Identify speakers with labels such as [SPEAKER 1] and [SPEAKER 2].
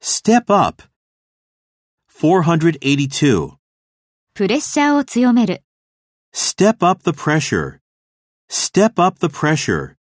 [SPEAKER 1] Step up. 482.
[SPEAKER 2] プレッシャーを強める。
[SPEAKER 1] Step up the pressure. Step up the pressure.